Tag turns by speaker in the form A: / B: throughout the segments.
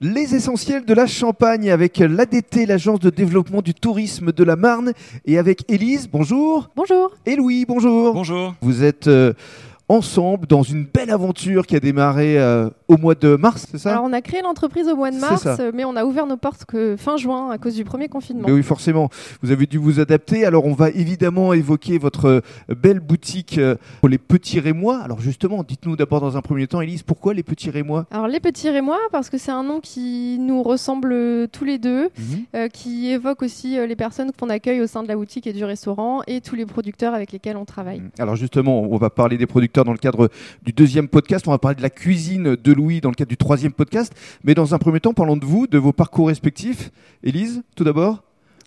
A: Les essentiels de la Champagne avec l'ADT, l'Agence de développement du tourisme de la Marne, et avec Élise, bonjour,
B: Bonjour.
A: et Louis, bonjour.
C: Bonjour.
A: Vous êtes euh, ensemble dans une belle aventure qui a démarré euh, au mois de mars, c'est ça
B: Alors on a créé l'entreprise au mois de
A: C'est
B: mars,
A: ça.
B: euh, mais on a ouvert nos portes que fin juin à cause du premier confinement.
A: Mais oui, forcément, vous avez dû vous adapter. Alors, on va évidemment évoquer votre euh, belle boutique euh, pour les petits Rémois. Alors, justement, dites-nous d'abord dans un premier temps, Élise, pourquoi les petits Rémois
B: Alors les petits rémois, parce que c'est un nom qui nous ressemble euh, tous les deux,
A: Mhm.
B: euh, qui évoque aussi euh, les personnes qu'on accueille au sein de la boutique et du restaurant et tous les producteurs avec lesquels on travaille.
A: Mm. Alors, justement, on va parler des producteurs dans le cadre du deuxième podcast. On va parler de la cuisine de Louis dans le cadre du troisième podcast. Mais dans un premier temps, parlons de vous, de vos parcours respectifs. Élise, tout d'abord,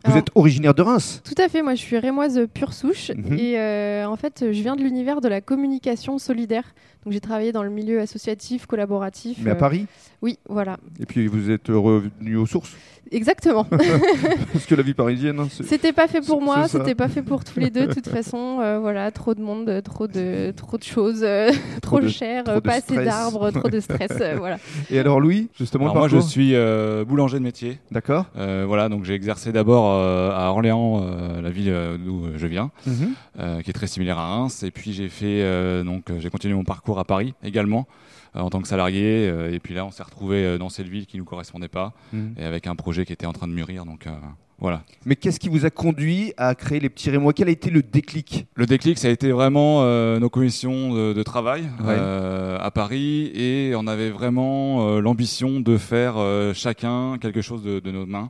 A: vous
B: Alors-
A: êtes originaire de Reims.
B: Tout à fait, moi je suis rémoise pure souche
A: Mhm.
B: et euh, en fait euh, je viens de l'univers de la communication solidaire. Donc j'ai travaillé dans le milieu associatif, collaboratif.
A: Mais à
B: euh,
A: Paris,
B: Oui, voilà.
A: et puis vous êtes revenu aux sources,
B: Exactement.
A: parce que la vie parisienne, hein, c'est-
B: C'était pas fait pour
A: C'est-
B: moi,
A: c'est ça.
B: c'était pas fait pour tous les deux. De toute façon, euh, voilà, trop de monde, euh, trop de, trop de choses, euh, trop,
A: de-
B: cher,
A: trop
B: euh,
A: de
B: pas assez
A: stress.
B: d'arbres, trop de stress. euh, voilà.
A: Et alors, Louis, justement,
C: Alors
A: le
C: moi, je
A: parcours
C: suis euh, boulanger de métier.
A: D'accord.
C: Euh, voilà, donc j'ai exercé d'abord euh, à Orléans, euh, la ville euh, d'où euh, je viens,
A: Mhm.
C: euh, qui est très similaire à Reims. Et puis j'ai fait, euh, donc euh, j'ai continué mon parcours à Paris également euh, en tant que salarié. Euh, et puis là, on s'est retrouvé euh, dans cette ville qui nous correspondait pas
A: Mhm.
C: et avec un projet qui était en train de mûrir. Donc euh, voilà.
A: Mais qu'est-ce qui vous a conduit à créer les petits Rémois Quel a été le déclic
C: Le déclic, ça a été vraiment euh, nos commissions de, de travail
A: Ouais.
C: euh, à Paris et on avait vraiment euh, l'ambition de faire euh, chacun quelque chose de, de nos mains,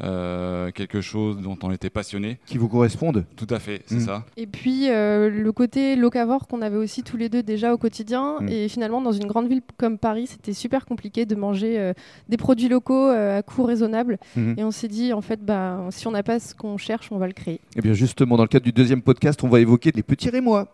C: euh, quelque chose dont on était passionné.
A: qui vous corresponde
C: Tout à fait, c'est
A: Mm.
C: ça.
B: Et puis euh, le côté locavore qu'on avait aussi tous les deux déjà au quotidien.
A: Mm.
B: Et finalement, dans une grande ville comme Paris, c'était super compliqué de manger euh, des produits locaux euh, à coût raisonnable.
A: Mhm.
B: Et on s'est dit, en fait, bah, si on n'a pas ce qu'on cherche, on va le créer.
A: Eh bien justement, dans le cadre du deuxième podcast, on va évoquer les petits Rémois.